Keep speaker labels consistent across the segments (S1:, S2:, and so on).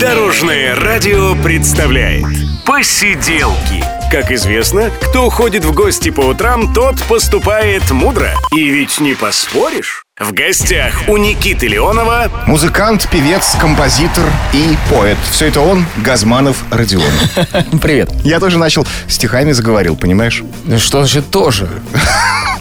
S1: Дорожное радио представляет Посиделки Как известно, кто ходит в гости по утрам, тот поступает мудро И ведь не поспоришь В гостях у Никиты Леонова
S2: Музыкант, певец, композитор и поэт. Все это он, Газманов Родион.
S3: Привет.
S2: Я тоже начал стихами заговорил, понимаешь?
S3: Что значит тоже?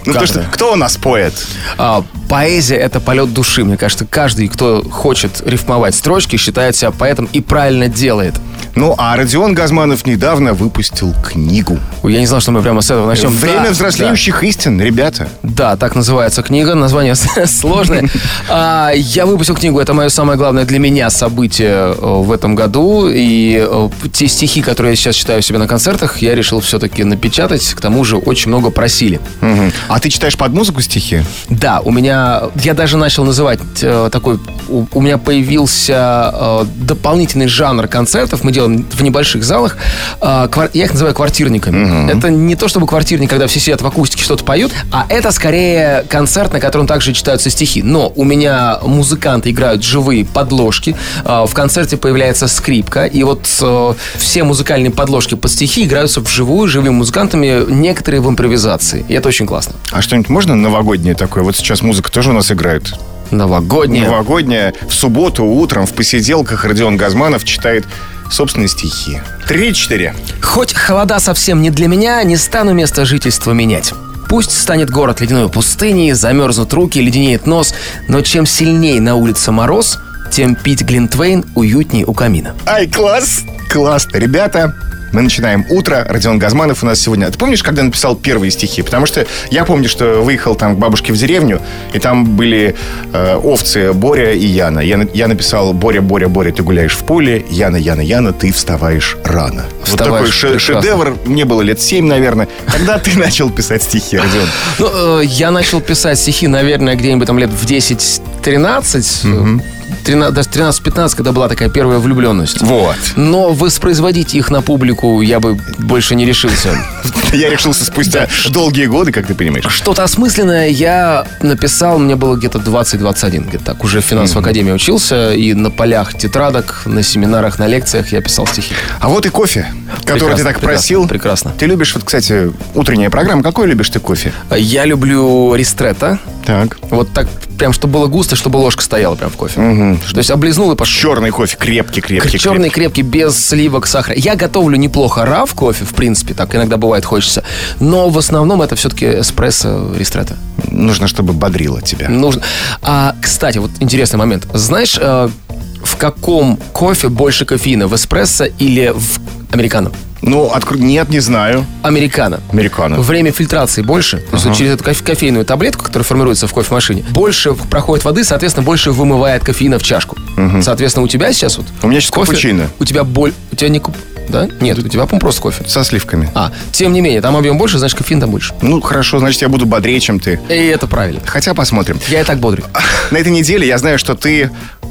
S2: Ну, потому что
S3: это?
S2: кто у нас поэт?
S3: А, поэзия — это полет души. Мне кажется, каждый, кто хочет рифмовать строчки, считает себя поэтом и правильно делает.
S2: Ну, а Родион Газманов недавно выпустил книгу.
S3: Ой, Я не знал, что мы прямо с этого начнем.
S2: Время
S3: Да,
S2: взрослеющих истин, ребята.
S3: Да, да, так называется книга. Название сложное. А, я выпустил книгу. Это мое самое главное для меня событие э, в этом году. И э, те стихи, которые я сейчас читаю себе на концертах, я решил все-таки напечатать. К тому же очень много просили.
S2: Мгм. А ты читаешь под музыку стихи?
S3: Да, у меня... Я даже начал называть э, такой... У, у меня появился э, дополнительный жанр концертов. Мы делаем в небольших залах. э, квар- я их называю квартирниками. Это не то чтобы квартирник, когда все сидят в акустике, что-то поют, а это скорее концерт, на котором также читаются стихи. Но у меня музыканты играют живые подложки. э, в концерте появляется скрипка. И вот э, все музыкальные подложки под стихи играются вживую, живыми музыкантами, некоторые в импровизации. И это очень классно.
S2: А что-нибудь можно новогоднее такое? Вот сейчас музыка тоже у нас играет.
S3: Новогоднее.
S2: Новогодняя. В субботу утром в посиделках Родион Газманов читает собственные стихи. Три-четыре.
S3: Хоть холода совсем не для меня, не стану место жительства менять. Пусть станет город ледяной пустыней, замерзнут руки, леденеет нос, но чем сильней на улице мороз, тем пить Глинтвейн уютней у камина.
S2: Ай, класс! Классно, ребята! Мы начинаем утро. Родион Газманов у нас сегодня. Ты помнишь, когда написал первые стихи? Потому что я помню, что выехал там к бабушке в деревню, и там были э, овцы Боря и Яна. Я, на- я написал «Боря, Боря, Боря, ты гуляешь в поле, Яна, Яна, Яна, ты вставаешь рано».
S3: Вставаешь,
S2: вот такой ше-
S3: прекрасно.
S2: шедевр. Мне было лет семь, наверное. Когда ты начал писать стихи, Родион?
S3: Ну, э, я начал писать стихи, наверное, где-нибудь там лет в 10-13. трина- Даже 13-15, когда была такая первая влюбленность.
S2: Вот.
S3: Но воспроизводить их на публику я бы больше не решился.
S2: Я решился спустя долгие годы, как ты понимаешь.
S3: Что-то осмысленное я написал, мне было где-то 20-21, где-то так, уже в финансовой академии учился, и на полях тетрадок, на семинарах, на лекциях я писал стихи.
S2: А вот и кофе, который ты
S3: Прекрасно,
S2: так
S3: прекрасно,
S2: просил.
S3: прекрасно.
S2: Ты любишь, вот, кстати, утренняя программа. Какой любишь ты кофе?
S3: Я люблю ристретто,
S2: Так.
S3: вот так, прям, чтобы было густо, чтобы ложка стояла прям в кофе. То есть облизнул и пошел.
S2: Черный кофе, крепкий, крепкий.
S3: Черный, крепкий, без сливок, сахара. Я готовлю неплохо раф кофе, в принципе, так иногда бывает хочется. Но в основном это все-таки эспрессо, ристретто.
S2: крепкий. Нужно, чтобы бодрило тебя.
S3: Нужно. А, кстати, вот интересный момент. Знаешь, э, в каком кофе больше кофеина? В эспрессо или в американо?
S2: Ну, открой. Нет, не знаю.
S3: Американо.
S2: Американо.
S3: Время фильтрации больше. То есть вот через эту кофе- кофейную таблетку, которая формируется в кофемашине, больше проходит воды, соответственно, больше вымывает кофеина в чашку. Соответственно, у тебя сейчас вот...
S2: У меня сейчас капучино.
S3: У тебя боль... У тебя не... куп- Да? Нет, у тебя, по-моему, просто кофе.
S2: Со сливками.
S3: А, тем не менее, там объем больше, значит, кофеин там больше.
S2: Ну, хорошо, значит, я буду бодрее, чем ты.
S3: И это правильно.
S2: Хотя посмотрим.
S3: Я и так бодрый.
S2: На этой неделе я знаю, что ты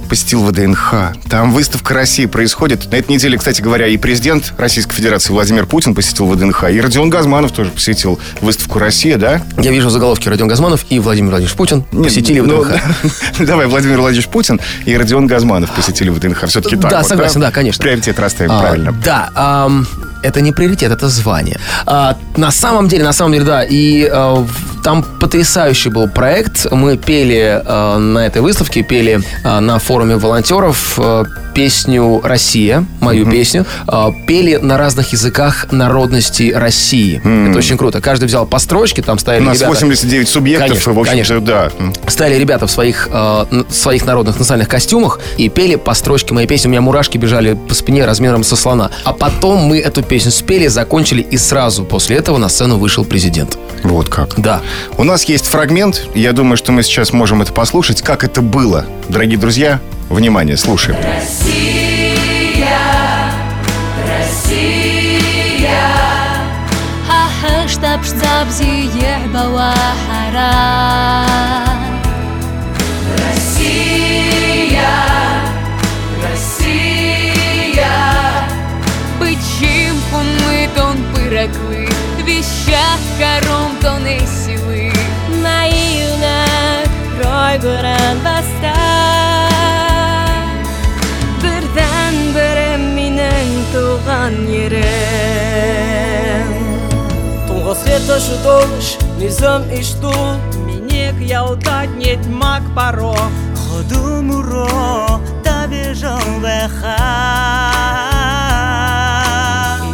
S2: посетил ВДНХ. Там выставка России происходит. На этой неделе, кстати говоря, и президент Российской Федерации Владимир Путин посетил ВДНХ, и Родион Газманов тоже посетил выставку «Россия», да?
S3: Я вижу заголовки Родион Газманов и Владимир Владимирович Путин
S2: Нет,
S3: посетили
S2: ну,
S3: ВДНХ.
S2: Давай, Владимир Владимирович Путин и Родион Газманов посетили ВДНХ. Все-таки так.
S3: Да,
S2: вот,
S3: согласен, да, конечно.
S2: Приоритет расставим,
S3: А,
S2: правильно.
S3: Да, ам, это не приоритет, это звание. А, на самом деле, на самом деле, да, и а, в- там потрясающий был проект. Мы пели а, на этой выставке, пели а, на форуме волонтеров а, песню «Россия», мою песню. А, пели на разных языках народности России. Это очень круто. Каждый взял по строчке, там стояли
S2: У нас
S3: ребята-
S2: 89 субъектов,
S3: Конечно,
S2: и, в общем-то,
S3: конечно.
S2: да.
S3: Стали ребята в своих, э, н- своих народных национальных костюмах и пели по строчке моей песни. У меня мурашки бежали по спине размером со слона. А потом мы эту песню спели, закончили, и сразу после этого на сцену вышел президент.
S2: Вот как.
S3: Да.
S2: У нас есть фрагмент. Я думаю, что мы сейчас можем это послушать. Как это было, дорогие друзья? Внимание, слушаем.
S4: Аха штаб-штаб зиебала хара. Россия, Россия. Почему мы тон пыракли, вещах кором тони сили. На юнак крой горан восток. Birden
S5: манерен
S6: Туңғыс рет ұшытош низам ишту
S5: Менек яудат нет мак паро
S6: Құдым ұро табе жалбаха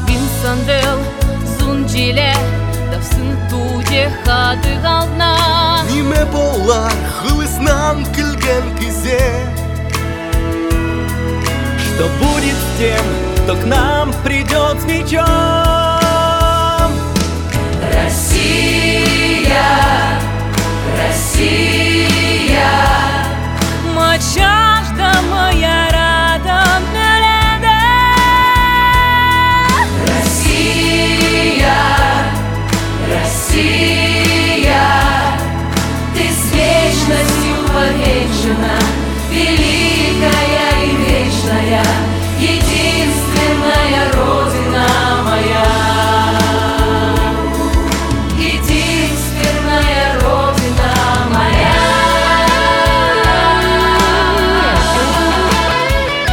S4: Винсандел, зунжиле, да в сынтуде хады гална.
S6: Неме болар хылысынан күлген кізе
S5: Что будет с тем, кто к нам придет с мечом?
S4: Мачажда моя радостная леда.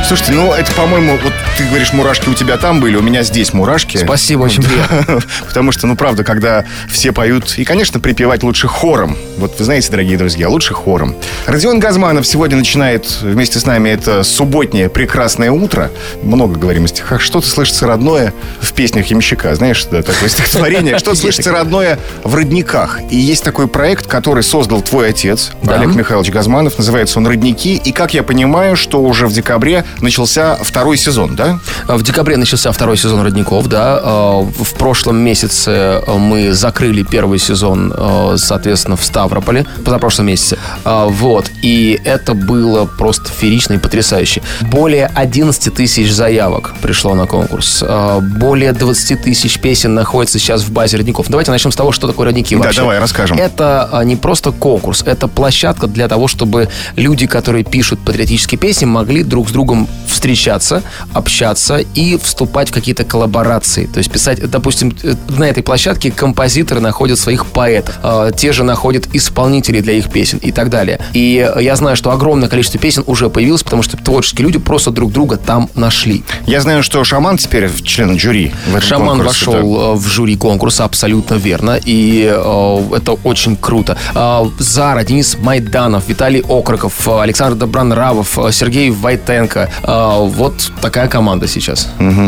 S2: Слушайте, ну это, по-моему, вот ты говоришь, мурашки у тебя там были, у меня здесь мурашки.
S3: Спасибо, очень приятно.
S2: Потому что, ну правда, когда все поют, и, конечно, припевать лучше хором. Вот вы знаете, дорогие друзья, лучше хором. Родион Газманов сегодня начинает вместе с нами это субботнее прекрасное утро. Много говорим о стихах. Что-то слышится родное в песнях Ямщика. Знаешь, да, такое стихотворение. Что-то слышится родное в родниках. И есть такой проект, который создал твой отец, Олег Михайлович Газманов. Называется он «Родники». И, как я понимаю, что уже в декабре начался второй сезон, да?
S3: В декабре начался второй сезон «Родников», да. Э, В прошлом месяце э, мы закрыли первый сезон, э, соответственно, в Ставрополе, позапрошлом месяце. Э, Вот. И это было просто феерично и потрясающе. Более 11 тысяч заявок пришло на конкурс. Э, Более 20 тысяч песен находится сейчас в базе «Родников». Давайте начнем с того, что такое «Родники»
S2: Да,
S3: вообще.
S2: давай, расскажем.
S3: Это а, не просто конкурс, это площадка для того, чтобы люди, которые пишут патриотические песни, могли друг с другом встречаться, общаться и вступать в какие-то коллаборации. То есть писать, допустим, э, на этой площадке композиторы находят своих поэтов, э, те же находят исполнителей для их песен и так далее. И э, я знаю, что огромное количество песен уже появилось, потому что творческие люди просто друг друга там нашли.
S2: Я знаю, что шаман теперь в член жюри. в этом
S3: Шаман
S2: конкурсе, да.
S3: вошел э, в жюри конкурса, абсолютно верно. И э, это очень круто. Э, Зара, Денис Майданов, Виталий Окроков, э, Александр Добронравов, э, Сергей Войтенко. Э, вот такая команда сейчас.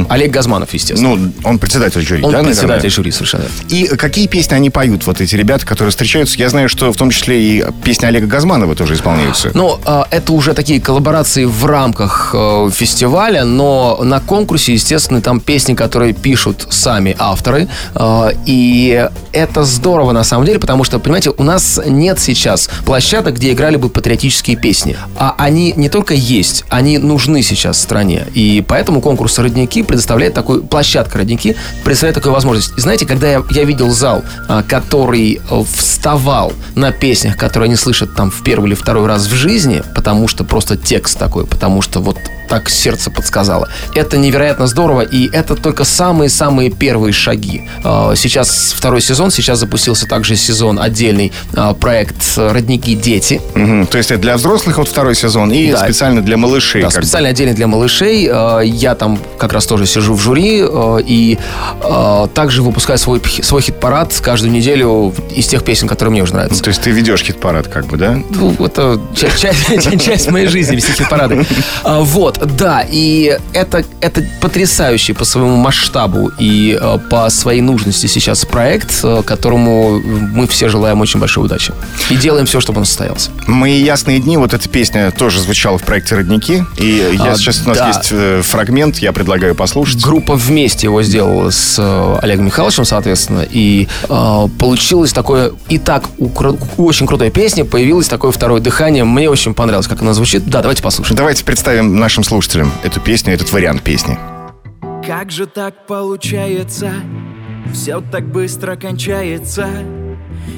S3: Олег Газманов, естественно.
S2: Ну, он председатель жюри,
S3: Он
S2: да, наверное?
S3: председатель жюри, совершенно. верно.
S2: И какие песни они поют, вот эти ребята, которые встречаются? Я знаю, что в том числе и песни Олега Газманова тоже исполняются.
S3: Ну, э, это уже такие коллаборации в рамках э, фестиваля, но на конкурсе, естественно, там песни, которые пишут сами авторы. Э, И это здорово, на самом деле, потому что, понимаете, у нас нет сейчас площадок, где играли бы патриотические песни. А они не только есть, они нужны сейчас стране. И поэтому конкурс «Родники» предоставляет такой, площадка «Родники» предоставляет такую возможность. И знаете, когда я, я видел зал, а, который э, вставал на песнях, которые они слышат там в первый или второй раз в жизни, потому что просто текст такой, потому что вот так сердце подсказало. Это невероятно здорово, и это только самые-самые первые шаги. Э, Сейчас второй сезон, сейчас запустился также сезон отдельный э, проект э, «Родники дети»,
S2: Мгм. То есть это для взрослых вот второй сезон и
S3: Да.
S2: специально для малышей.
S3: Да,
S2: как бы.
S3: специально отдельно для малышей. Э, Я там как раз тоже сижу в жюри э, и э, также выпускаю свой, пх- свой хит-парад каждую неделю из тех песен, которые мне уже нравятся.
S2: Ну, То есть ты ведешь хит-парад как бы, да?
S3: Ну, это ча- ча- ча- часть, моей жизни, все хит-парады. А, Вот, да, и это, это потрясающий по своему масштабу и э, по своей нужности сейчас проект, э, которому мы все желаем очень большой удачи. И делаем все, чтобы он состоялся.
S2: «Мои ясные дни», вот эта песня тоже звучала в проекте «Родники». И я
S3: А,
S2: сейчас у нас
S3: да.
S2: есть э, фрагмент, я предлагаю послушать.
S3: Группа вместе его сделала с э, Олегом Михайловичем, соответственно, и э, получилось такое и так укро- очень крутая песня, появилось такое второе дыхание. Мне очень понравилось, как она звучит. Да, давайте послушаем.
S2: Давайте представим нашим слушателям эту песню, этот вариант песни.
S6: Как же так получается? Все так быстро кончается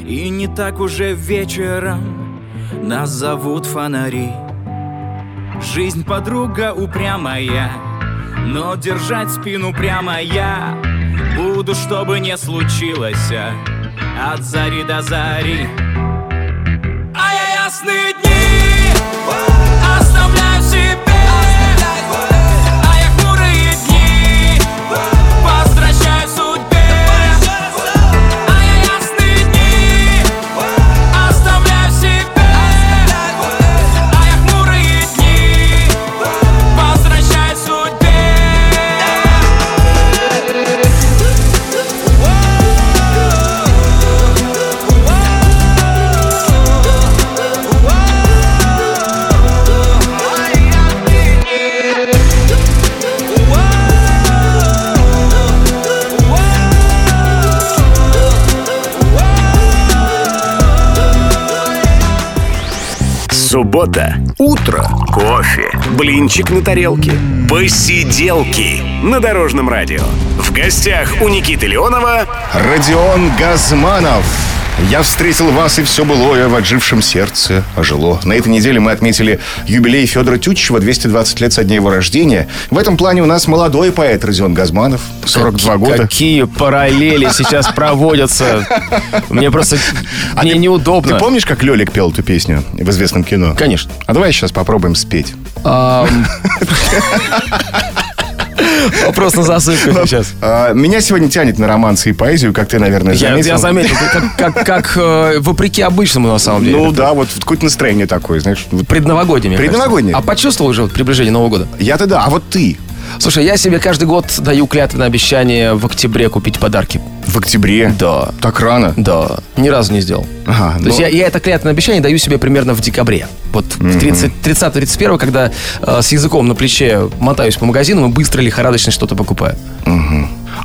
S6: И не так уже вечером Нас зовут фонари Жизнь подруга упрямая Но держать спину прямо я Буду, чтобы не случилось а, От зари до зари А я ясные дни Оставляю себе А я хмурые дни
S1: Суббота. Утро. Кофе. Блинчик на тарелке. Посиделки на Дорожном радио. В гостях у Никиты Леонова
S2: Родион Газманов. Я встретил вас, и все былое в отжившем сердце ожило. На этой неделе мы отметили юбилей Федора Тютчева, 220 лет со дня его рождения. В этом плане у нас молодой поэт Родион Газманов, 42 года.
S7: Какие параллели сейчас проводятся. Мне просто... Мне
S2: А Ты
S7: неудобно.
S2: помнишь, как Лелик пел эту песню в известном кино?
S3: Конечно.
S2: А давай сейчас попробуем спеть.
S3: Ам. Вопрос на засыпку сейчас.
S2: А, Меня сегодня тянет на романсы и поэзию, как ты, наверное,
S3: Я,
S2: заметил.
S3: я заметил, ты как, как- как, э, вопреки обычному на самом деле.
S2: Ну да, вот какое-то настроение такое, знаешь. вот
S3: Предновогоднее. мне кажется.
S2: Предновогоднее.
S3: А почувствовал уже вот приближение Нового года?
S2: Я-то да, а вот ты
S3: Слушай, я себе каждый год даю клятвы на обещание в октябре купить подарки.
S2: в октябре.
S3: Да.
S2: Так рано.
S3: Да, ни разу не сделал.
S2: Ага,
S3: То
S2: ну-
S3: есть я, я это клятвенное обещание даю себе примерно в декабре. Вот в 30 30-31, когда э, с языком на плече мотаюсь по магазинам и быстро лихорадочно что-то покупаю.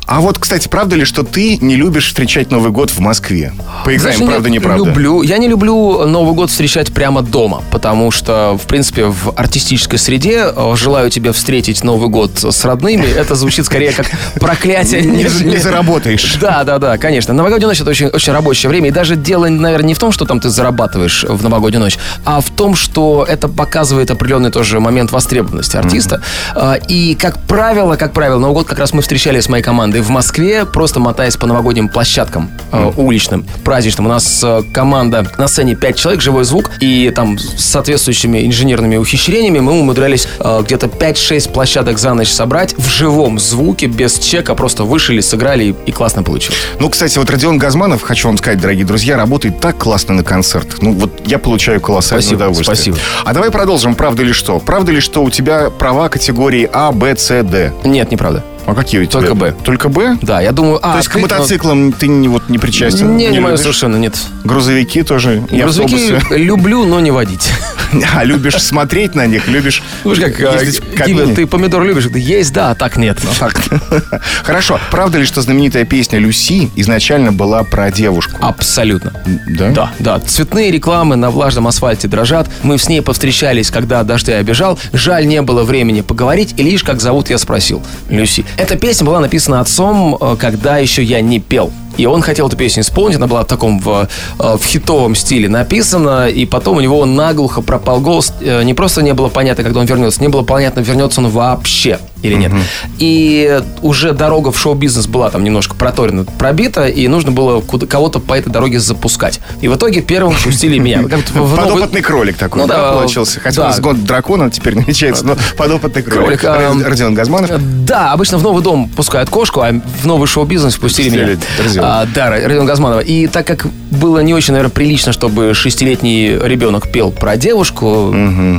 S2: А вот, кстати, правда ли, что ты не любишь встречать Новый год в Москве? Поиграем,
S3: Знаешь, я
S2: правда,
S3: не
S2: неправда.
S3: Люблю. Я не люблю Новый год встречать прямо дома, потому что, в принципе, в артистической среде э, желаю тебе встретить Новый год с родными. Это звучит скорее как проклятие.
S2: Не-
S3: нежели-
S2: не заработаешь.
S3: Да, да, да, конечно. Новогодняя ночь это очень, очень рабочее время. И даже дело, наверное, не в том, что там ты зарабатываешь в новогоднюю ночь, а в том, что это показывает определенный тоже момент востребованности артиста. А, И, как правило, как правило, Новый год как раз мы встречали с моей командой в Москве, просто мотаясь по новогодним площадкам э, уличным, праздничным. У нас э, команда на сцене 5 человек, живой звук, и там с соответствующими инженерными ухищрениями мы умудрялись э, где-то 5-6 площадок за ночь собрать в живом звуке, без чека, просто вышли, сыграли и, и классно получилось.
S2: Ну, кстати, вот Родион Газманов, хочу вам сказать, дорогие друзья, работает так классно на концертах. Ну, вот я получаю колоссальное
S3: Спасибо,
S2: удовольствие.
S3: спасибо.
S2: А давай продолжим, правда ли что? Правда ли, что у тебя права категории А, Б, С, Д?
S3: Нет, неправда.
S2: А какие у тебя?
S3: Только «Б».
S2: Только Б?
S3: Да, я думаю... А,
S2: То есть к
S3: открыть, но-
S2: мотоциклам ты не, вот, не причастен?
S3: Не, не мое
S2: любишь?
S3: совершенно, нет.
S2: Грузовики тоже? и
S3: Грузовики
S2: автобусы?
S3: люблю, но не водить.
S2: А любишь смотреть на них, любишь
S3: Слушай, как а,
S2: ездить в
S3: Дима,
S2: кабине? Ну,
S3: ты помидор любишь? Да Есть, да, а так нет.
S2: Факт. Хорошо. Правда ли, что знаменитая песня «Люси» изначально была про девушку?
S3: Абсолютно.
S2: Да?
S3: Да, да. Цветные рекламы на влажном асфальте дрожат. Мы с ней повстречались, когда дождя я бежал. Жаль, не было времени поговорить. И лишь как зовут я спросил. Люси. Эта песня была написана отцом, э, когда еще я не пел. И он хотел эту песню исполнить. Она была в таком в, э, в хитовом стиле написана. И потом у него наглухо пропал голос. Э, Не просто не было понятно, когда он вернется. Не было понятно, вернется он вообще или нет. И уже дорога в шоу-бизнес была там немножко проторена, пробита, и нужно было куда- кого-то по этой дороге запускать. И в итоге первым пустили меня. Как будто в- в новый-
S2: Э, Подопытный кролик такой,
S3: Ну
S2: да,
S3: да,
S2: получился? Хотя у нас
S3: да.
S2: год дракона теперь намечается, но подопытный кролик.
S3: Кролик, а,
S2: Род- Родион Газманов.
S3: Да, обычно в новый дом пускают кошку, а в новый шоу-бизнес пустили меня.
S2: Пустили Родиона.
S3: А, да, Родион Газманова. И так как было не очень, наверное, прилично, чтобы шестилетний ребенок пел про девушку,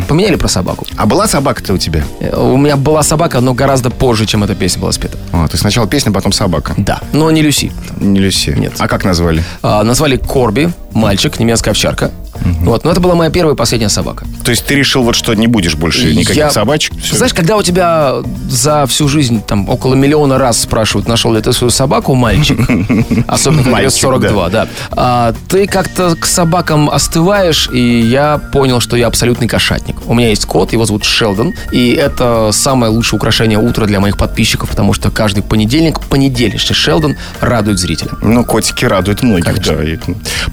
S3: поменяли про собаку.
S2: А была собака-то у тебя?
S3: Э, У меня была собака, но гораздо позже, чем эта песня была спета.
S2: А, то есть сначала песня, потом собака.
S3: Да. Но не Люси.
S2: Не Люси.
S3: Нет.
S2: А как назвали?
S3: А, назвали Корби, мальчик, немецкая овчарка. Вот, но это была моя первая и последняя собака.
S2: То есть ты решил вот что, не будешь больше никаких
S3: Я-
S2: собачек? Всё.
S3: Знаешь, когда у тебя за всю жизнь там около миллиона раз спрашивают, нашел ли ты свою собаку, мальчик, особенно когда тебе
S2: Мальчик,
S3: 42, да, А, ты как-то к собакам остываешь, и я понял, что я абсолютный кошатник. У меня есть кот, его зовут Шелдон, и это самое лучшее украшение утра для моих подписчиков, потому что каждый понедельник, понедельничный Шелдон радует зрителя.
S2: Ну, котики радуют многих, да. И-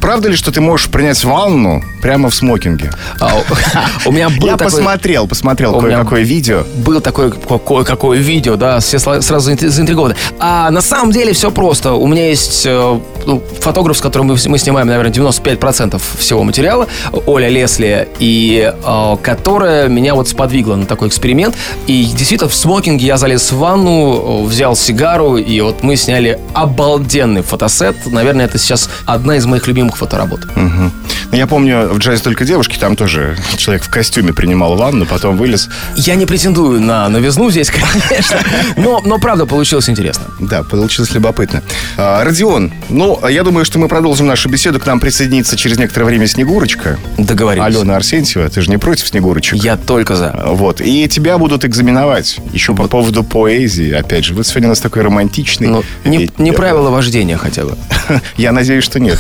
S2: Правда ли, что ты можешь принять ванну прямо в смокинге?
S3: А, У меня был
S2: Я
S3: такой...
S2: посмотрел, посмотрел
S3: У меня-
S2: кое-какое видео.
S3: было такое кое-какое видео, да, все сла- сразу заинтри- заинтригованы. А на самом деле все просто. У меня есть э, ну, фотограф, с которым мы, вс- мы снимаем, наверное, 95% всего материала, Оля Лесли, и э, которая меня вот сподвигла на такой эксперимент. И действительно в смокинге я залез в ванну, э, взял сигару, и вот мы сняли обалденный фотосет. Наверное, это сейчас одна из моих любимых фоторабот.
S2: Мгм. Ну, Я помню, в «Джазе только девушки» там тоже человек в костюме принимал ванну, потом вылез.
S3: Я не претендую на новизну здесь, конечно, но, но правда получилось интересно.
S2: Да, получилось любопытно. А, Родион, ну, я думаю, что мы продолжим нашу беседу. К нам присоединится через некоторое время Снегурочка.
S3: Договорились.
S2: Алена Арсентьева, ты же не против Снегурочек?
S3: Я только за.
S2: Вот. И тебя будут экзаменовать еще по поводу поэзии. Опять же, вот сегодня у нас такой романтичный.
S3: Ну, не,
S2: И-
S3: не
S2: я-
S3: правило вождения хотя бы.
S2: Я надеюсь, что нет.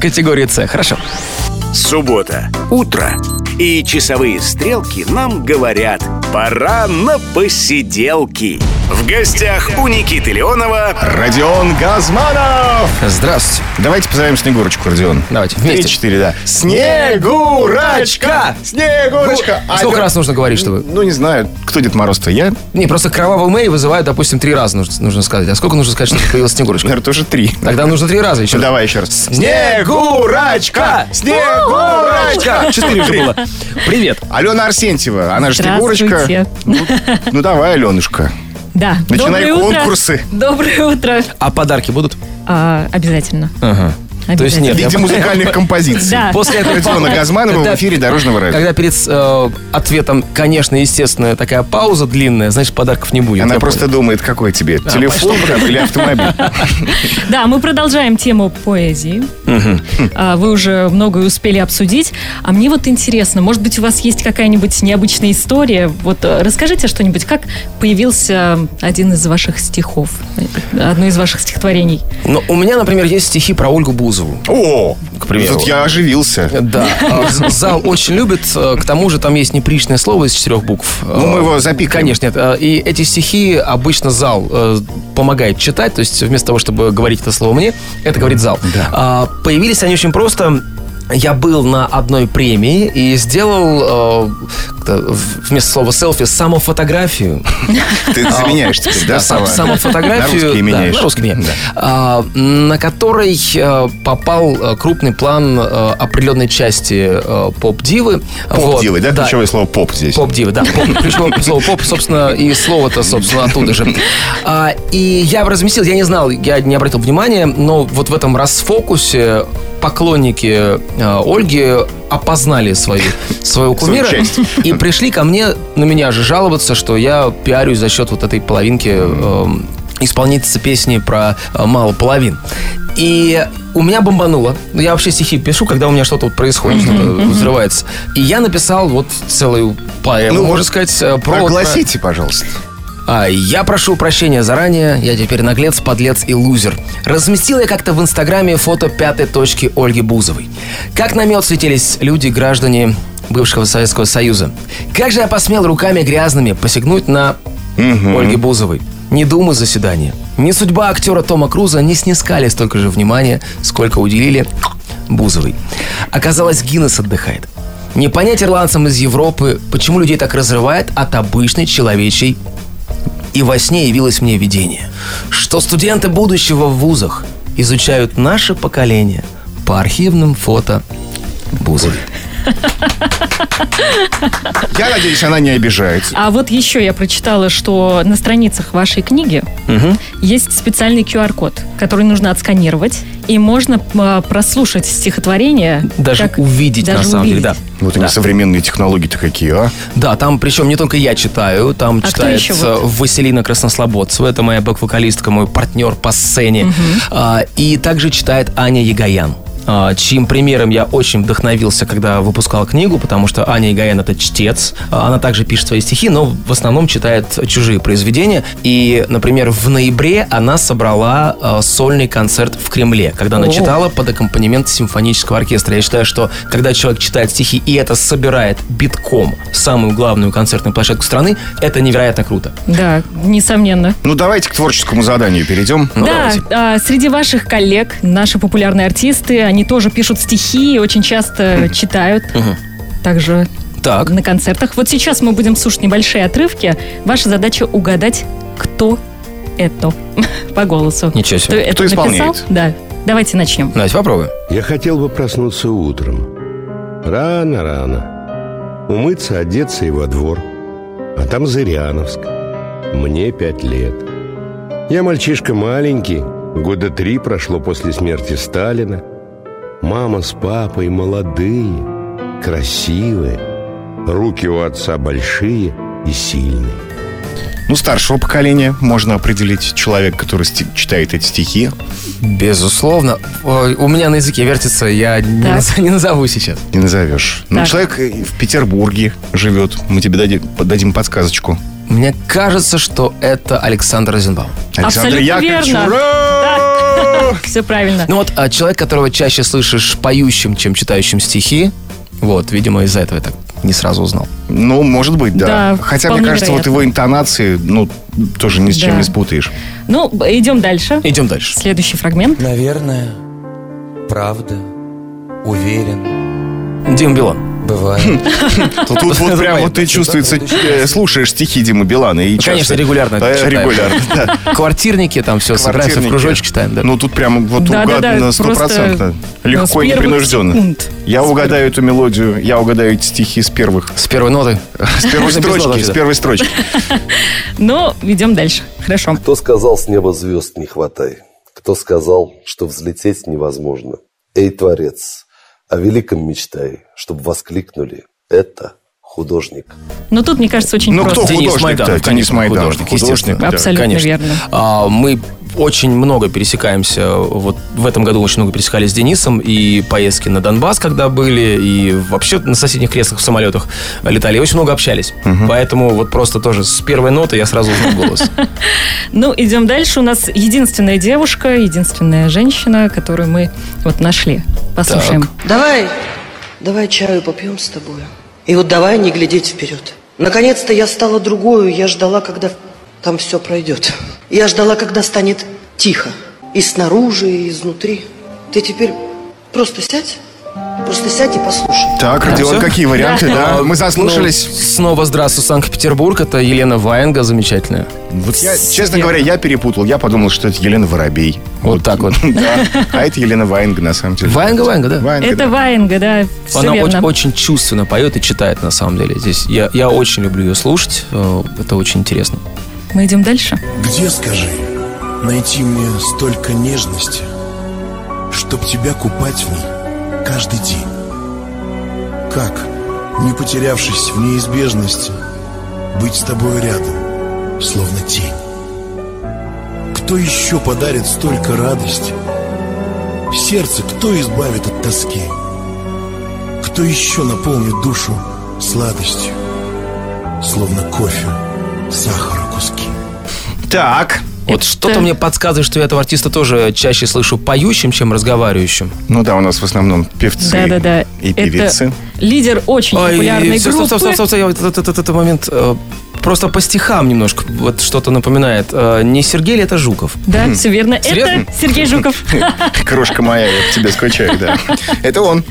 S3: Категории С. Хорошо.
S1: Суббота. Утро. И часовые стрелки нам говорят «Пора на посиделки». В гостях у Никиты Леонова
S2: Родион Газманов!
S3: Здравствуйте.
S2: Давайте позовем Снегурочку, Родион.
S3: Давайте,
S2: Три,
S3: вместе.
S2: четыре, да. Снегурочка! Снегурочка! А
S3: Ну, Сколько
S2: это-
S3: раз нужно говорить, чтобы...
S2: Ну, не знаю, кто Дед Мороз-то? Я,
S3: Не, просто кровавую Мэри вызывают, допустим, три раза нужно, нужно сказать. А сколько нужно сказать, чтобы появилась Снегурочка?
S2: наверное, тоже три.
S3: Тогда нужно три раза еще.
S2: Ну, Давай еще раз.
S3: Снегурочка!
S2: Снегурочка!
S3: Четыре уже было. Привет.
S2: Алена Арсентьева, она же Снегурочка.
S8: Здравствуйте.
S2: Ну, ну давай, Аленушка.
S8: Да.
S2: Начинай
S8: Доброе утро.
S2: конкурсы.
S8: Доброе утро.
S7: А подарки будут?
S8: А, обязательно.
S7: Ага.
S8: обязательно.
S7: То есть нет.
S2: В виде музыкальных композиций.
S8: Да.
S3: После этого
S2: Родиона Газманова в
S3: Когда-
S2: эфире Дорожного радио.
S3: Когда перед э, ответом, конечно, естественно, такая пауза длинная, значит, подарков не будет.
S2: Она
S3: Я
S2: просто думает, какой тебе, телефон там или автомобиль.
S8: Да, мы продолжаем тему поэзии. А, Вы уже многое успели обсудить. А мне вот интересно, может быть, у вас есть какая-нибудь необычная история? Вот э, расскажите что-нибудь, как появился один из ваших стихов, э, одно из ваших стихотворений?
S3: понял. Но Ну, у меня, например, есть стихи про Ольгу Бузову.
S2: О,
S3: К примеру.
S2: тут я оживился.
S3: Да, э, з- зал очень любит. э, К тому же там есть неприличное слово из четырех букв.
S2: Ну, мы его запикаем.
S3: Конечно, нет. Э, И эти стихи обычно зал э, помогает читать. То есть вместо того, чтобы говорить это слово мне, это говорит зал. А, Появились они очень просто. Я был на одной премии и сделал э, как-то в- вместо слова селфи самофотографию.
S2: Ты заменяешь теперь, да,
S3: А, Сам-
S2: слова?
S3: самофотографию.
S2: На русские
S3: да,
S2: меняешь.
S3: на русские меняю.
S2: Да.
S3: А, на которой э, попал э, крупный план э, определенной части э, поп-дивы.
S2: Поп-дивы, да?
S3: Вот,
S2: Ключевое слово поп здесь.
S3: Поп-дивы, да. Поп, ключевое слово поп, собственно, и слово-то, собственно, оттуда же. А, и я разместил, я не знал, я не обратил внимания, но вот в этом расфокусе поклонники э, Ольги опознали свою, своего кумира
S2: часть.
S3: и пришли ко мне, на меня же жаловаться, что я пиарюсь за счет вот этой половинки эм, исполнительницы песни про э, мало половин. И у меня бомбануло. Ну, Я вообще стихи пишу, когда у меня что-то вот происходит, что-то взрывается. И я написал вот целую поэму,
S2: Ну,
S3: можно
S2: вот
S3: сказать, э, про... вот про-
S2: Прогласите, пожалуйста.
S3: а, я прошу прощения заранее, я теперь наглец, подлец и лузер. Разместил я как-то в Инстаграме фото пятой точки Ольги Бузовой. Как на мед светились люди, граждане бывшего Советского Союза. Как же я посмел руками грязными посягнуть на Ольги Бузовой? Не дума заседания. Ни судьба актера Тома Круза не снискали столько же внимания, сколько уделили Бузовой. Оказалось, Гиннес отдыхает. Не понять ирландцам из Европы, почему людей так разрывает от обычной человечей и во сне явилось мне видение, что студенты будущего в вузах изучают наше поколение по архивным фото Бузовой.
S2: Я надеюсь, она не обижается.
S8: А вот еще я прочитала, что на страницах вашей книги есть специальный QR-код, который нужно отсканировать, и можно э, прослушать стихотворение.
S3: Даже
S8: как-
S3: увидеть, на
S8: даже
S3: самом
S8: увидеть.
S3: деле,
S2: Ну, Вот они современные технологии-то какие, а?
S3: да. Да, там, причем не только я читаю, там
S8: А кто
S3: читает
S8: еще
S3: э, Василина Краснослободцева, это моя бэк-вокалистка, мой партнер по сцене. А, И также читает Аня Ягоян. а, чьим примером я очень вдохновился, когда выпускал книгу, потому что Аня Ягоян — это чтец. А, Она также пишет свои стихи, но в основном читает чужие произведения. И, например, в ноябре она собрала э, сольный концерт в Кремле, когда она
S8: О.
S3: читала под аккомпанемент симфонического оркестра. Я считаю, что когда человек читает стихи и это собирает битком в самую главную концертную площадку страны, это невероятно круто.
S8: Да, несомненно.
S2: Ну, давайте к творческому заданию перейдем.
S3: Ну,
S8: да, а, среди ваших коллег наши популярные артисты, они тоже пишут стихи и очень часто читают. Также
S3: Так.
S8: на концертах. Вот сейчас мы будем слушать небольшие отрывки. Ваша задача угадать, кто это по голосу.
S3: Ничего себе.
S8: это
S2: Кто исполняет?
S8: написал? Да. Давайте начнем.
S3: Давайте попробуем.
S9: Я хотел бы проснуться утром. Рано-рано. Умыться, одеться и во двор. А там Зыряновск. Мне пять лет. Я мальчишка маленький. Года три прошло после смерти Сталина. Мама с папой молодые, красивые. Руки у отца большие и сильные.
S2: Ну, старшего поколения можно определить человек, который сти- читает эти стихи.
S3: Безусловно. Ой, у меня на языке вертится, я не,
S8: Так.
S3: наз- не назову сейчас.
S2: Не назовешь. Ну,
S8: Так.
S2: человек э, в Петербурге живет. Мы тебе дади- дадим подсказочку.
S3: Мне кажется, что это Александр Розенбаум.
S2: Александр
S8: Абсолютно
S2: Яковлевич,
S8: верно.
S2: ура!
S8: Все правильно.
S3: Ну вот, а человек, которого чаще слышишь поющим, чем читающим стихи, вот, видимо, из-за этого я так
S10: не сразу узнал.
S2: Ну, может быть, да.
S8: Да,
S2: Хотя, мне
S8: вполне
S2: кажется,
S8: вероятно.
S2: вот его интонации, ну, тоже ни с чем
S8: Да.
S2: не спутаешь.
S8: Ну, б- идем дальше.
S10: Идем дальше.
S8: Следующий фрагмент.
S5: Наверное, правда, уверен,
S10: Дим Билан.
S5: бывает.
S2: Тут, тут вот прям вот ты чувствуется, э, слушаешь стихи Димы Билана. И часто-
S10: Ну, конечно, регулярно это
S2: Э,
S10: читаешь.
S2: Регулярно, да.
S10: Квартирники, там все, собираемся в
S2: Квартирники.
S10: кружочек, читаем. Да.
S2: Ну, тут прям вот
S8: Да, да,
S2: угадано
S8: да,
S2: стопроцентно. Легко
S8: просто,
S2: и
S8: ну, с первых
S2: непринужденно.
S8: секунд.
S2: Я угадаю эту мелодию, я угадаю эти стихи с первых.
S10: С первой ноты.
S2: С первой
S10: Можно без ноты
S2: строчки, с
S10: всегда.
S2: первой строчки.
S8: Ну, идем дальше. Хорошо.
S11: Кто сказал, с неба звезд не хватай? Кто сказал, что взлететь невозможно? Эй, Творец, о великом мечтай, чтобы воскликнули. Это художник.
S8: Но тут, мне кажется, очень
S2: Ну,
S8: просто.
S2: кто
S10: Денис
S2: художник-то?
S10: Майданов,
S2: Денис
S10: конечно,
S2: Майданов.
S10: художник, естественно.
S2: Художник, да.
S8: Абсолютно
S10: Конечно.
S8: верно.
S3: А, Мы очень много пересекаемся. Вот в этом году очень много пересекались с Денисом. И поездки на Донбасс, когда были, и вообще на соседних креслах в самолетах летали. И очень много общались. Поэтому вот просто тоже с первой ноты я сразу узнал голос.
S8: Ну, идем дальше. У нас единственная девушка, единственная женщина, которую мы вот нашли. Послушаем.
S6: Давай, давай чаю попьем с тобой. И вот давай не глядеть вперед. Наконец-то я стала другую. Я ждала, когда там все пройдет. Я ждала, когда станет тихо. И снаружи, и изнутри. Ты теперь просто сядь. Просто сядь и послушай.
S2: Так, Родион,
S3: всё?
S2: какие варианты, да? Мы
S3: Ну,
S2: заслушались.
S3: Снова здравствуй, Санкт-Петербург. Это Елена Ваенга, замечательная.
S10: ну,
S2: Вот я, честно говоря, я перепутал. Я подумал, что это Елена Воробей.
S3: Вот так вот.
S2: Да. А это Елена Ваенга, на самом деле.
S3: Ваенга, Ваенга, да.
S2: Ваенга,
S8: Это
S2: да.
S8: Ваенга, да, все
S3: Она
S8: верно.
S3: очень, очень чувственно поет и читает, на самом деле. Здесь я, я очень люблю ее слушать. Э, Это очень интересно.
S8: Мы идем дальше.
S5: Где, скажи, найти мне столько нежности, чтоб тебя купать в ней каждый день? Как, не потерявшись в неизбежности, быть с тобой рядом, словно тень? Кто еще подарит столько радости? Сердце кто избавит от тоски? Кто еще наполнит душу сладостью, словно кофе, сахара куски?
S2: Так.
S3: Вот что-то мне подсказывает, что я этого артиста тоже чаще слышу поющим, чем разговаривающим.
S2: Ну да, у нас в основном певцы
S8: Да-да-да.
S2: и
S8: Это
S2: певицы.
S8: лидер очень популярной
S3: всё,
S8: группы.
S3: Стоп, стоп, стоп, стоп, я вот этот, этот- этот момент. э, Просто по стихам немножко вот что-то напоминает. Э, Не Сергей ли это Жуков?
S8: Да, все верно.
S3: Серьезно?
S8: Это Сергей Жуков.
S2: Крошка моя, я по тебе скучаю, да. Это он.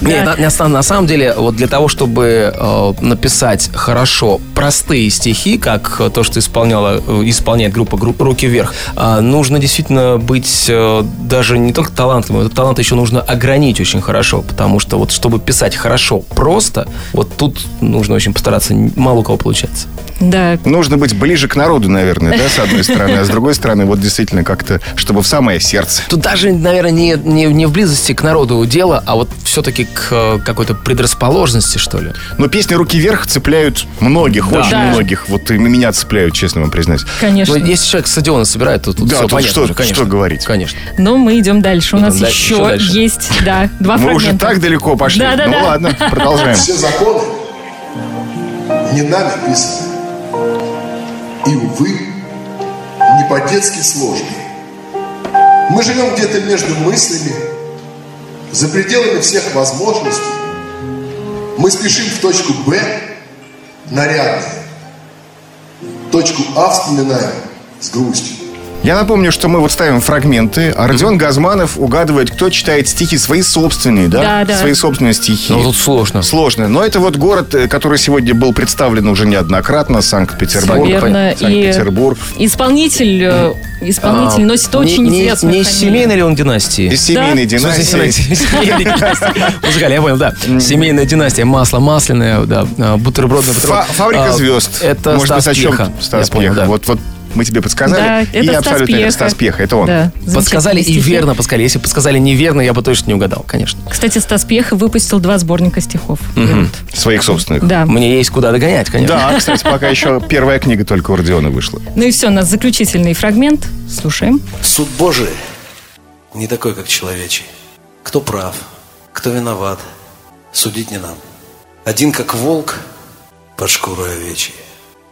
S3: Нет, на, на самом- на самом деле, вот для того, чтобы э, написать хорошо простые стихи, как э, то, что исполняла, э, исполняет группа «Гру- «Руки вверх», э, нужно действительно быть э, даже не только талантливым, этот талант еще нужно огранить очень хорошо, потому что вот чтобы писать хорошо просто, вот тут нужно очень постараться, Н- мало у кого получается.
S8: Да,
S2: Нужно быть ближе к народу, наверное, да, с одной стороны. А с другой стороны, вот действительно как-то, чтобы в самое сердце.
S3: Тут даже, наверное, не, не, не в близости к народу дело, а вот все-таки к э, какой-то предрасположенности, что ли.
S2: Но песни «Руки вверх» цепляют многих, очень
S8: Да.
S2: многих. Вот и меня цепляют, честно вам признаюсь.
S8: конечно.
S3: Но Ну, если человек стадиона собирает, то тут
S2: Да,
S3: всё
S2: тут
S3: понятно
S2: что-
S3: уже, конечно.
S2: что говорить.
S3: Конечно.
S8: Но мы идем дальше. У
S3: Идем
S8: нас
S3: дальше, еще
S8: еще
S3: дальше.
S8: есть, да, два
S2: Мы
S8: фрагмента.
S2: уже так далеко пошли.
S8: Да, да,
S2: ну
S8: да.
S2: ладно, продолжаем.
S5: Все законы не нами писаны. И, увы, не по-детски сложные. Мы живем где-то между мыслями, за пределами всех возможностей. Мы спешим в точку «Б» нарядно. Точку «А» вспоминаем с грустью.
S2: Я напомню, что мы вот ставим фрагменты, а Родион Газманов угадывает, кто читает стихи свои собственные, да?
S8: Да, да.
S2: Свои собственные стихи.
S3: Ну, тут сложно.
S2: Сложно. Но это вот город, э, который сегодня был представлен уже неоднократно,
S8: Всё
S2: Санкт-Петербург.
S8: верно. И
S2: Санкт-Петербург.
S8: исполнитель, э, исполнитель
S3: А,
S8: носит
S3: не-
S8: очень
S3: не,
S8: известную
S3: Не
S8: фамилию.
S3: семейной ли он династии?
S2: Из семейной
S3: Что
S8: Да.
S3: за
S2: династии.
S3: семейная- семейная династия? Музыкальная, я понял, да. Семейная династия, масло масляное, да, а, бутерброд на бутерброд.
S2: Фа- Фабрика
S3: А,
S2: звезд.
S3: Это
S2: Может быть,
S3: Стас
S2: о чем?
S3: Пьеха.
S2: Стас
S3: Я понял,
S2: Пьеха.
S3: да.
S2: Вот, вот мы тебе подсказали.
S8: Да,
S2: и
S8: это Стас
S2: абсолютно
S8: Пьеха.
S2: это Стас Пьеха. Это он.
S8: Да,
S3: Подсказали и
S8: замечательный стих.
S3: верно подсказали. Если бы подсказали неверно, я бы точно не угадал, конечно.
S8: Кстати, Стас Пьеха выпустил два сборника стихов. Вот.
S2: Своих собственных.
S8: Да.
S3: Мне есть куда догонять, конечно.
S2: Да, кстати, пока еще первая книга только у Родиона вышла.
S8: Ну и все, у нас заключительный фрагмент. Слушаем.
S5: Суд Божий не такой, как человечий. Кто прав, кто виноват, судить не нам. Один как волк под шкурой овечьей,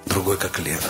S5: другой как лев,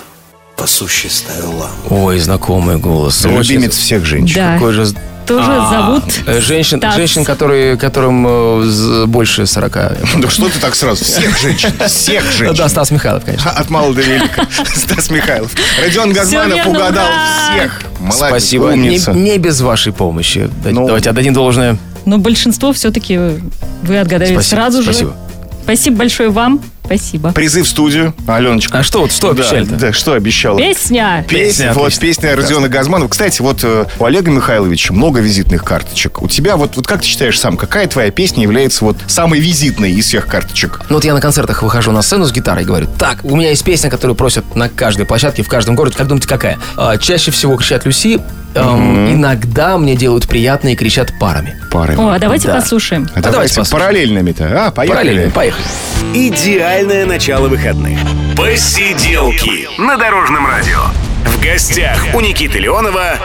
S5: пасущий стаю лам.
S3: Ой, знакомый голос. Очень
S2: Любимец всех женщин.
S8: Да.
S3: Какой же
S8: тоже
S2: А,
S8: зовут
S3: Э, Женщин,
S8: Стас.
S3: женщин которые, которым э, з- больше 40.
S2: Да что ты так сразу? Всех женщин. Всех женщин.
S3: Да, Стас Михайлов, конечно.
S2: Ха, От мала до велика. Стас Михайлов. Родион Газманов
S8: верно,
S2: угадал
S8: ура!
S2: всех. Молодец,
S3: Спасибо. Ну, Не,
S2: умница.
S3: не без вашей помощи. Д-
S2: Ну.
S3: Давайте отдадим должное.
S8: Но большинство все-таки вы отгадали
S3: Спасибо,
S8: сразу
S3: спасибо.
S8: же. Спасибо большое вам. Спасибо.
S2: Призыв в студию. Аленочка.
S3: А что, вот что
S2: Да,
S3: обещали-то?
S2: Да, что обещала?
S8: Песня.
S2: Песня,
S3: Песня,
S2: вот
S3: отлично.
S2: песня Родиона Газманова. Кстати, вот э, у Олега Михайловича много визитных карточек. У тебя вот, вот как ты считаешь сам, какая твоя песня является вот самой визитной из всех карточек?
S3: Ну вот я на концертах выхожу на сцену с гитарой и говорю, так, у меня есть песня, которую просят на каждой площадке, в каждом городе. Как думаете, какая? А, Чаще всего кричат Люси. Эм, Иногда мне делают приятные и кричат парами.
S2: Пары.
S8: О, а давайте
S3: Да.
S8: послушаем.
S2: А
S3: давайте
S2: давайте
S3: послушаем.
S2: параллельными-то. А, поехали.
S3: Параллельно, поехали.
S1: Идеальное начало выходных. Посиделки на Дорожном радио. В гостях у Никиты Леонова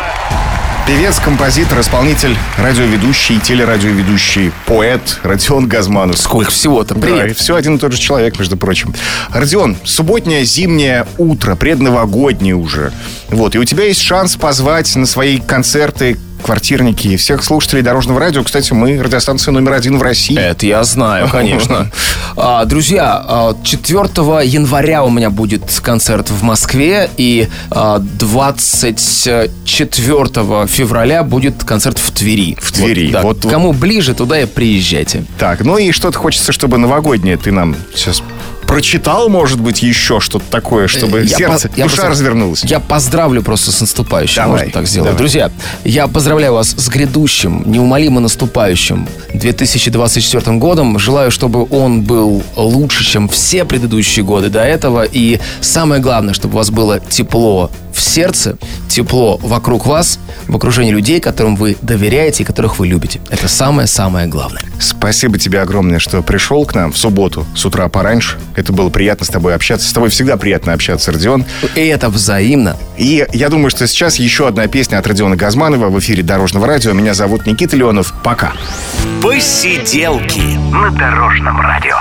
S2: Певец, композитор, исполнитель, радиоведущий, телерадиоведущий, поэт Родион Газманов.
S3: Сколько всего-то.
S2: Да, и
S3: Привет.
S2: все один и тот же человек, между прочим. Родион, субботнее зимнее утро, предновогоднее уже. Вот, и у тебя есть шанс позвать на свои концерты квартирники и всех слушателей Дорожного радио. Кстати, мы радиостанция номер один в России.
S3: Это я знаю, конечно. А, друзья, а, 4 января у меня будет концерт в Москве, и а, 24 февраля будет концерт в Твери. В
S2: Твери, вот- вот.
S3: Кому ближе, туда и приезжайте.
S2: Так, ну и что-то хочется, чтобы новогоднее ты нам сейчас прочитал, может быть, еще что-то такое, чтобы
S3: Я
S2: сердце,
S3: по- я
S2: душа
S3: поздрав-
S2: развернулась.
S3: Я поздравлю просто с наступающим.
S2: Давай,
S3: Можно так сделаем.
S2: давай.
S3: Друзья, я поздравляю вас с грядущим, неумолимо наступающим 2024 годом. Желаю, чтобы он был лучше, чем все предыдущие годы до этого. И самое главное, чтобы у вас было тепло в сердце, тепло вокруг вас, в окружении людей, которым вы доверяете и которых вы любите. Это самое-самое главное.
S2: Спасибо тебе огромное, что пришел к нам в субботу с утра пораньше. Это было приятно с тобой общаться. С тобой всегда приятно общаться, Родион.
S3: И это взаимно.
S2: И я думаю, что сейчас еще одна песня от Родиона Газманова в эфире Дорожного радио. Меня зовут Никита Леонов. Пока.
S1: «Посиделки» на Дорожном радио.